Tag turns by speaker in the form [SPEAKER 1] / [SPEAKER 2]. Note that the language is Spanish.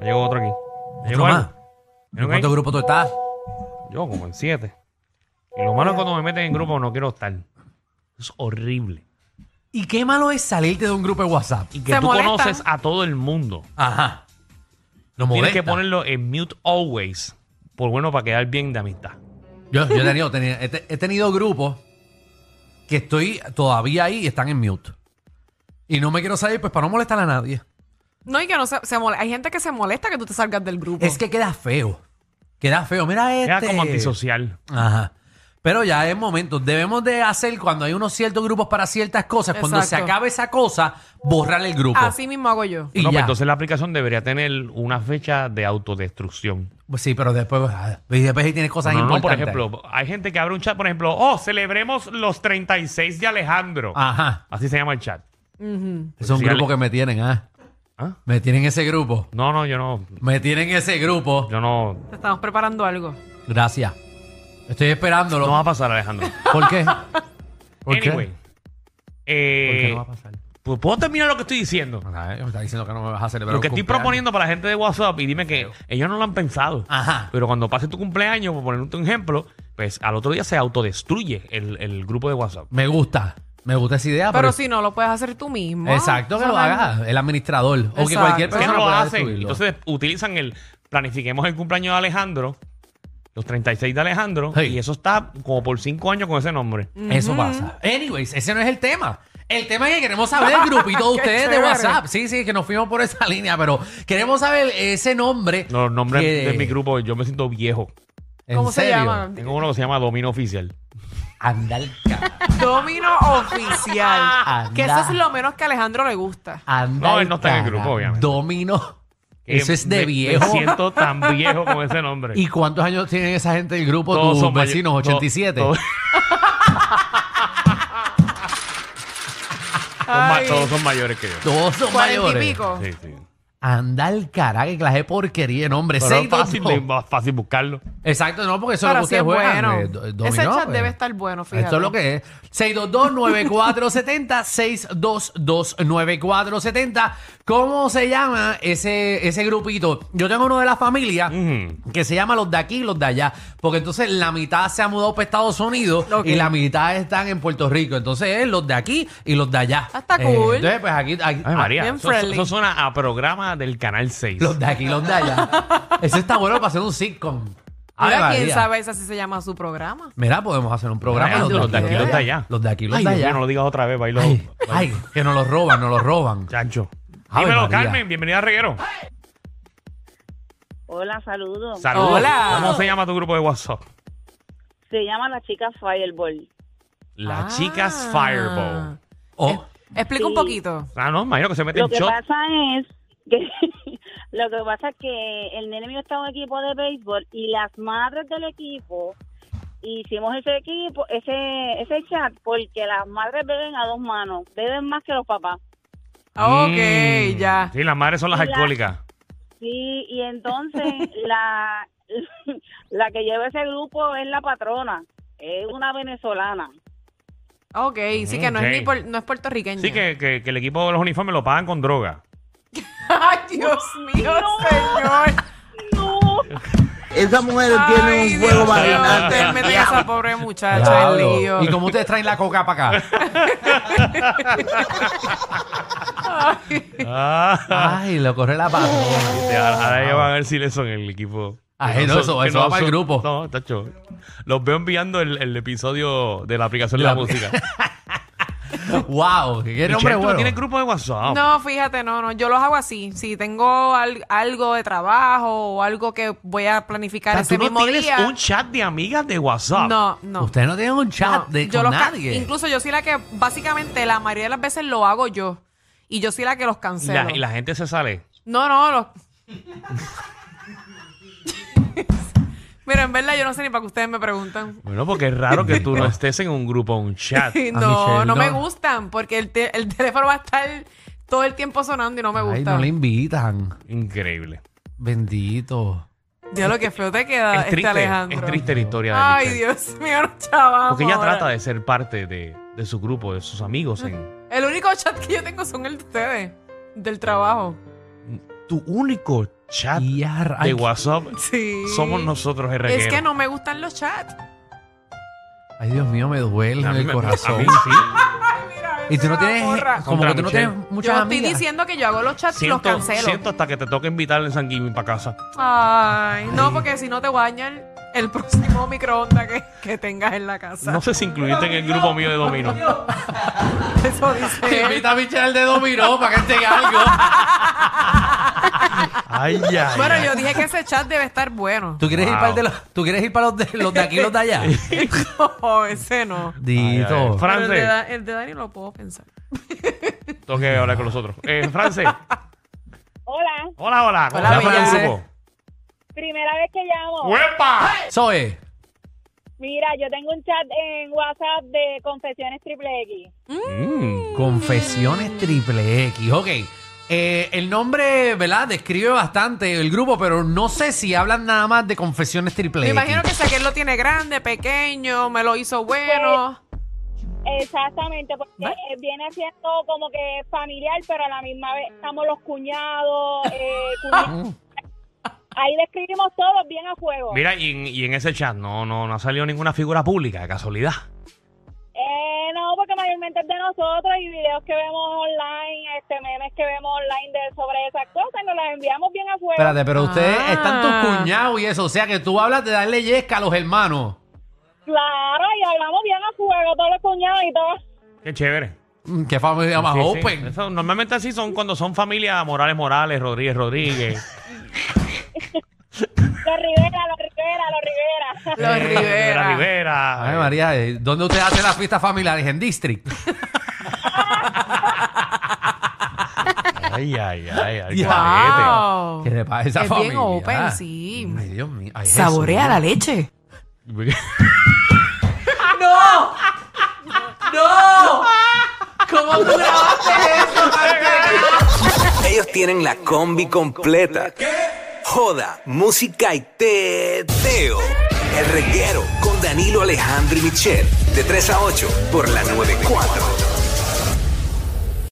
[SPEAKER 1] Me llegó otro aquí. Me
[SPEAKER 2] ¿Otro
[SPEAKER 1] llegó
[SPEAKER 2] más?
[SPEAKER 1] algo.
[SPEAKER 2] ¿En
[SPEAKER 1] ¿Vieron
[SPEAKER 2] cuánto
[SPEAKER 1] ahí?
[SPEAKER 2] grupo tú estás?
[SPEAKER 1] Yo como en siete. Y lo malo es cuando me meten en grupo no quiero estar. Es horrible.
[SPEAKER 2] ¿Y qué malo es salirte de un grupo de WhatsApp?
[SPEAKER 1] Y que tú conoces a todo el mundo.
[SPEAKER 2] Ajá. Lo
[SPEAKER 1] Tienes que
[SPEAKER 2] molesta.
[SPEAKER 1] ponerlo en mute always. Por bueno, para quedar bien de amistad.
[SPEAKER 2] Yo, yo he, tenido, teni- he, te- he tenido grupos que estoy todavía ahí y están en mute. Y no me quiero salir pues para no molestar a nadie.
[SPEAKER 3] No, y que no se, se mole- Hay gente que se molesta que tú te salgas del grupo.
[SPEAKER 2] Es que queda feo. Queda feo. Mira este.
[SPEAKER 1] Queda como antisocial.
[SPEAKER 2] Ajá. Pero ya es momento. Debemos de hacer cuando hay unos ciertos grupos para ciertas cosas. Cuando se
[SPEAKER 3] Exacto.
[SPEAKER 2] acabe esa cosa, borrar el grupo.
[SPEAKER 3] Así mismo hago yo.
[SPEAKER 2] Y
[SPEAKER 1] No,
[SPEAKER 2] ya.
[SPEAKER 1] pero entonces la aplicación debería tener una fecha de autodestrucción.
[SPEAKER 2] Pues sí, pero después, y después si tienes cosas
[SPEAKER 1] No, no, no, por
[SPEAKER 2] importantes.
[SPEAKER 1] ejemplo, hay gente que abre un chat, por ejemplo, oh, celebremos los 36 de Alejandro.
[SPEAKER 2] Ajá.
[SPEAKER 1] Así se llama el chat.
[SPEAKER 2] Es un
[SPEAKER 1] Sí,
[SPEAKER 2] grupo
[SPEAKER 1] Ale-
[SPEAKER 2] que me tienen, ¿ah?
[SPEAKER 1] Pues ¿Ah?
[SPEAKER 2] Me tienen ese grupo.
[SPEAKER 1] No, no, yo no.
[SPEAKER 2] Me tienen ese grupo.
[SPEAKER 1] Yo no.
[SPEAKER 3] Te estamos preparando algo.
[SPEAKER 2] Gracias. Estoy esperándolo.
[SPEAKER 1] No va a pasar, Alejandro.
[SPEAKER 2] ¿Por qué? ¿Por
[SPEAKER 1] anyway.
[SPEAKER 2] qué?
[SPEAKER 1] eh,
[SPEAKER 2] ¿Por qué no va a pasar?
[SPEAKER 1] pues, ¿Puedo terminar lo que estoy diciendo?
[SPEAKER 2] Ah, Me está diciendo que no me vas a celebrar.
[SPEAKER 1] lo que
[SPEAKER 2] un
[SPEAKER 1] estoy
[SPEAKER 2] cumpleaños.
[SPEAKER 1] proponiendo para la gente de WhatsApp y dime que ellos no lo han pensado.
[SPEAKER 2] Ajá.
[SPEAKER 1] Pero cuando pase tu cumpleaños, por ponerte un ejemplo, pues al otro día se autodestruye el, el grupo de WhatsApp.
[SPEAKER 2] Me gusta. Me gusta esa idea.
[SPEAKER 3] Pero si no, lo puedes hacer tú mismo.
[SPEAKER 2] Ah, Exacto, que
[SPEAKER 3] O sea,
[SPEAKER 2] lo haga el administrador. O que
[SPEAKER 3] Exacto.
[SPEAKER 2] cualquier
[SPEAKER 3] Es que
[SPEAKER 1] que
[SPEAKER 2] persona
[SPEAKER 1] no lo
[SPEAKER 2] pueda
[SPEAKER 1] hacen.
[SPEAKER 2] destruirlo.
[SPEAKER 1] Entonces utilizan el planifiquemos el cumpleaños de Alejandro, los 36 de Alejandro,
[SPEAKER 2] Sí.
[SPEAKER 1] y eso está como por 5 años con ese nombre.
[SPEAKER 2] Eso pasa. Anyways, ese no es el tema. El tema es que queremos saber el grupito de
[SPEAKER 3] Qué
[SPEAKER 2] ustedes de
[SPEAKER 3] chévere.
[SPEAKER 2] WhatsApp. Sí, sí, que nos fuimos por esa línea, pero queremos saber ese nombre.
[SPEAKER 1] No, Los nombres
[SPEAKER 2] que-
[SPEAKER 1] de mi grupo, yo me siento viejo.
[SPEAKER 2] ¿En
[SPEAKER 3] ¿Cómo se
[SPEAKER 2] serio?
[SPEAKER 3] llama?
[SPEAKER 1] Tengo uno que se llama Domino Oficial.
[SPEAKER 2] Andar ca-
[SPEAKER 3] Domino oficial.
[SPEAKER 2] Anda.
[SPEAKER 3] que eso es lo menos que a Alejandro le gusta.
[SPEAKER 2] andar
[SPEAKER 1] No, él no está en el
[SPEAKER 2] cara,
[SPEAKER 1] grupo, obviamente.
[SPEAKER 2] Domino.
[SPEAKER 1] Que
[SPEAKER 2] Eso es de
[SPEAKER 1] me-
[SPEAKER 2] viejo.
[SPEAKER 1] Me siento tan viejo con ese nombre.
[SPEAKER 2] ¿Y cuántos años tienen esa gente del grupo? Tus
[SPEAKER 1] mayo-
[SPEAKER 2] vecinos,
[SPEAKER 1] todos-
[SPEAKER 2] 87.
[SPEAKER 1] Todos, todos ma-
[SPEAKER 3] Ay,
[SPEAKER 1] todos son mayores que yo.
[SPEAKER 2] Todos son
[SPEAKER 3] cuarenta
[SPEAKER 2] mayores.
[SPEAKER 3] y pico.
[SPEAKER 1] Sí, sí.
[SPEAKER 2] Andar cara, que clase de porquería de nombre.
[SPEAKER 1] Pero es fácil,
[SPEAKER 2] 622.
[SPEAKER 1] de- más fácil buscarlo.
[SPEAKER 2] Exacto, no, porque eso es lo
[SPEAKER 3] Pero
[SPEAKER 2] que
[SPEAKER 3] sí es
[SPEAKER 2] ustedes juegan.
[SPEAKER 3] bueno.
[SPEAKER 2] eh, do-
[SPEAKER 3] Ese
[SPEAKER 2] dominó,
[SPEAKER 3] chat
[SPEAKER 2] eh.
[SPEAKER 3] debe estar bueno, fíjate.
[SPEAKER 2] Esto es lo que es. 622-9470, 622-9470. ¿Cómo se llama ese, ese grupito? Yo tengo uno de la familia
[SPEAKER 1] Ujú.
[SPEAKER 2] que se llama los de aquí y los de allá. Porque entonces la mitad se ha mudado para Estados Unidos
[SPEAKER 3] Ok.
[SPEAKER 2] y la mitad están en Puerto Rico. Entonces es los de aquí y los de allá.
[SPEAKER 3] Ah, está cool.
[SPEAKER 2] entonces, pues aquí, aquí-
[SPEAKER 1] Ay, María,
[SPEAKER 3] Ah, bien
[SPEAKER 1] eso,
[SPEAKER 3] friendly.
[SPEAKER 1] eso suena a programa del Canal 6.
[SPEAKER 2] los de aquí y los de allá. Eso está bueno para hacer un sitcom. Ay,
[SPEAKER 3] Mira, quién
[SPEAKER 2] María.
[SPEAKER 3] sabe si así se llama su programa.
[SPEAKER 2] Mira, podemos hacer un programa.
[SPEAKER 1] Ay, los de aquí, los de allá.
[SPEAKER 2] Los de aquí, los
[SPEAKER 1] Ay,
[SPEAKER 2] de
[SPEAKER 1] Dios mío,
[SPEAKER 2] allá.
[SPEAKER 1] no lo digas otra vez, bailo.
[SPEAKER 2] Ay, ay, que nos los roban, nos los roban.
[SPEAKER 1] Chancho.
[SPEAKER 2] Ay,
[SPEAKER 1] Dímelo,
[SPEAKER 2] María.
[SPEAKER 1] Carmen. Bienvenida a Reguero.
[SPEAKER 4] Hola, saludos.
[SPEAKER 1] Saludos.
[SPEAKER 3] Hola.
[SPEAKER 1] ¿Cómo se llama tu grupo de WhatsApp?
[SPEAKER 4] Se llama la chica Fireball.
[SPEAKER 1] Las
[SPEAKER 3] Ah.
[SPEAKER 1] chicas Fireball.
[SPEAKER 3] Eh,
[SPEAKER 2] Oh,
[SPEAKER 3] Explica un
[SPEAKER 4] Sí.
[SPEAKER 3] poquito.
[SPEAKER 1] Ah, no, imagino que se meten
[SPEAKER 4] Lo que
[SPEAKER 1] shot.
[SPEAKER 4] pasa es que lo que pasa es que el nene mío está en un equipo de béisbol y las madres del equipo hicimos ese equipo, ese ese chat porque las madres beben a dos manos, beben más que los papás.
[SPEAKER 3] Ok,
[SPEAKER 1] Mm.
[SPEAKER 3] ya.
[SPEAKER 1] Sí, las madres son las
[SPEAKER 4] Y la-
[SPEAKER 1] alcohólicas.
[SPEAKER 4] Sí, y entonces la la que lleva ese grupo es la patrona, es una venezolana.
[SPEAKER 3] Ok, sí que no
[SPEAKER 1] Ok.
[SPEAKER 3] es ni puer- no es puertorriqueño.
[SPEAKER 1] Sí, que, que- que el equipo de los uniformes lo pagan con droga.
[SPEAKER 3] Ay, Dios mío, señor.
[SPEAKER 4] No.
[SPEAKER 5] Esa mujer tiene
[SPEAKER 3] Ay,
[SPEAKER 5] un juego
[SPEAKER 3] Dios mío,
[SPEAKER 5] bailante.
[SPEAKER 3] ustedes meten a esa pobre muchacha en
[SPEAKER 2] Diablo.
[SPEAKER 3] lío.
[SPEAKER 2] ¿Y cómo ustedes traen la coca para acá?
[SPEAKER 1] Ah,
[SPEAKER 2] Ay, lo corre la patrona.
[SPEAKER 1] ahora ahora ellos van a ver si le son el equipo.
[SPEAKER 2] Ah,
[SPEAKER 1] Que
[SPEAKER 2] no,
[SPEAKER 1] son-
[SPEAKER 2] eso-
[SPEAKER 1] que
[SPEAKER 2] eso va para el
[SPEAKER 1] son-
[SPEAKER 2] grupo.
[SPEAKER 1] No, tacho. Los veo enviando el, el episodio de la aplicación de
[SPEAKER 2] La
[SPEAKER 1] la,
[SPEAKER 2] apli-
[SPEAKER 1] música.
[SPEAKER 2] Wow, qué nombre
[SPEAKER 1] Michelle, ¿tú no
[SPEAKER 2] bueno.
[SPEAKER 1] tienes grupo de WhatsApp?
[SPEAKER 3] No, fíjate, no, no. Yo los hago así. Si tengo al- algo de trabajo o algo que voy a
[SPEAKER 1] O
[SPEAKER 3] planificar
[SPEAKER 1] sea,
[SPEAKER 3] ese
[SPEAKER 1] tú no
[SPEAKER 3] mismo
[SPEAKER 1] tienes
[SPEAKER 3] día.
[SPEAKER 1] un chat de amigas de WhatsApp.
[SPEAKER 3] No, no.
[SPEAKER 2] Ustedes no tienen un chat
[SPEAKER 3] no.
[SPEAKER 2] de,
[SPEAKER 3] Yo
[SPEAKER 2] con
[SPEAKER 3] los ca-
[SPEAKER 2] nadie.
[SPEAKER 3] Incluso yo soy la que básicamente la mayoría de las veces lo hago yo. Y yo soy la que los
[SPEAKER 1] Y
[SPEAKER 3] cancelo.
[SPEAKER 1] la, y la gente se sale.
[SPEAKER 3] No, no, los... Mira, en verdad yo no sé ni para que ustedes me preguntan.
[SPEAKER 1] Bueno, porque es raro que tú no estés en un grupo, un chat.
[SPEAKER 3] No,
[SPEAKER 2] Michelle,
[SPEAKER 3] no
[SPEAKER 2] no.
[SPEAKER 3] me gustan porque el, te- el teléfono va a estar todo el tiempo sonando y no me
[SPEAKER 2] Ay,
[SPEAKER 3] gusta.
[SPEAKER 2] no le invitan.
[SPEAKER 1] Increíble.
[SPEAKER 2] Bendito.
[SPEAKER 3] Dios, lo que feo te queda
[SPEAKER 1] Es
[SPEAKER 3] este
[SPEAKER 1] triste,
[SPEAKER 3] Alejandro.
[SPEAKER 1] es triste la historia de
[SPEAKER 3] Ay,
[SPEAKER 1] Michelle.
[SPEAKER 3] Dios mío, chaval.
[SPEAKER 1] Porque ella trata de ser parte de, de su grupo, de sus amigos. En,
[SPEAKER 3] El único chat que yo tengo son el de ustedes, del trabajo.
[SPEAKER 1] tu único chat
[SPEAKER 2] Y ya,
[SPEAKER 1] Ah, de
[SPEAKER 2] ay,
[SPEAKER 1] WhatsApp
[SPEAKER 3] Sí.
[SPEAKER 1] somos nosotros, RG.
[SPEAKER 3] Es que no me gustan los chats.
[SPEAKER 2] ay, Dios mío, me duele en el corazón.
[SPEAKER 3] Ay, mira,
[SPEAKER 2] Y tú no
[SPEAKER 3] esa
[SPEAKER 2] tienes,
[SPEAKER 3] morra.
[SPEAKER 2] como
[SPEAKER 1] Contra
[SPEAKER 2] que tú no
[SPEAKER 1] Michelle.
[SPEAKER 2] tienes
[SPEAKER 3] Yo
[SPEAKER 2] muchas
[SPEAKER 3] estoy
[SPEAKER 2] amigas.
[SPEAKER 3] diciendo que yo hago los chats y los
[SPEAKER 1] Siento,
[SPEAKER 3] cancelo.
[SPEAKER 1] siento hasta que te toca invitarle en San Giving para casa.
[SPEAKER 3] Ay, no, porque si no te bañan el próximo microondas que, que tengas en la casa.
[SPEAKER 1] No sé si incluiste en el grupo mío de Domino.
[SPEAKER 3] Eso dice él.
[SPEAKER 2] Invita a Michelle de Dominó para que esté algo.
[SPEAKER 1] Ay, ya.
[SPEAKER 3] Bueno, yo dije que ese chat debe estar bueno.
[SPEAKER 2] ¿Tú quieres,
[SPEAKER 1] Wow.
[SPEAKER 2] ir para el de los, ¿Tú quieres ir para los de, los de aquí y los de allá?
[SPEAKER 3] No, ese no.
[SPEAKER 2] Dito.
[SPEAKER 3] Pero el, de,
[SPEAKER 1] France,
[SPEAKER 3] Da- el de Dani lo puedo pensar.
[SPEAKER 1] tengo que hablar con los otros. Eh, France,
[SPEAKER 4] Hola,
[SPEAKER 1] hola, hola. ¿Cómo
[SPEAKER 3] Hola,
[SPEAKER 1] estás para el
[SPEAKER 3] Bella.
[SPEAKER 1] grupo?
[SPEAKER 4] primera vez que llamo.
[SPEAKER 1] ¡Huepa!
[SPEAKER 2] Zoe.
[SPEAKER 4] Mira, yo tengo un chat en WhatsApp de Confesiones Triple X.
[SPEAKER 1] Mm.
[SPEAKER 2] Confesiones Triple X. Ok. Eh, el nombre, ¿verdad? Describe bastante el grupo, pero no sé si hablan nada más de Confesiones Triple
[SPEAKER 3] Me
[SPEAKER 2] X.
[SPEAKER 3] imagino que Saquel lo tiene grande, pequeño, me lo hizo bueno.
[SPEAKER 4] Exactamente, porque
[SPEAKER 3] ¿Ves?
[SPEAKER 4] eh, viene haciendo como que familiar, pero a la misma vez estamos los cuñados, eh, cuñadas. Ahí describimos todos bien a juego.
[SPEAKER 1] Mira, y en, y en ese chat no, no, no ha salido ninguna figura pública, de casualidad.
[SPEAKER 4] Eh, no, porque mayormente es de nosotros y videos que vemos online, este memes que vemos online de sobre esas cosas, nos las enviamos bien a fuego.
[SPEAKER 2] Espérate, pero ustedes
[SPEAKER 3] Ah.
[SPEAKER 2] están tus cuñados y eso. O sea que tú hablas de darle yesca a los hermanos.
[SPEAKER 4] Claro, y hablamos bien a fuego, todos los cuñados y todo.
[SPEAKER 1] Qué chévere.
[SPEAKER 2] Mm, Qué familia más
[SPEAKER 1] Sí, sí.
[SPEAKER 2] open.
[SPEAKER 1] Eso, normalmente así son cuando son familias Morales Morales, Rodríguez Rodríguez.
[SPEAKER 4] Los Rivera, los Rivera, los Rivera.
[SPEAKER 3] Los
[SPEAKER 1] eh,
[SPEAKER 3] Rivera.
[SPEAKER 1] Rivera.
[SPEAKER 2] Ay, María, eh, ¿dónde ustedes hacen las fiestas familiares? ¿En District?
[SPEAKER 1] Ay, ay, ay. ay
[SPEAKER 2] Wow.
[SPEAKER 1] carete.
[SPEAKER 3] Wow.
[SPEAKER 2] ¿Qué le pasa a esa
[SPEAKER 3] es
[SPEAKER 2] familia?
[SPEAKER 3] bien open, sí.
[SPEAKER 2] Ay, Dios mío. Ay,
[SPEAKER 3] Saborea
[SPEAKER 2] Jesús.
[SPEAKER 3] la leche.
[SPEAKER 2] ¡No! ¡No! ¿Cómo tú grabaste eso,
[SPEAKER 6] Ellos tienen la combi completa. Joda, música y teo. El reguero con Danilo Alejandro y Michel. De 3 a 8 por la 94.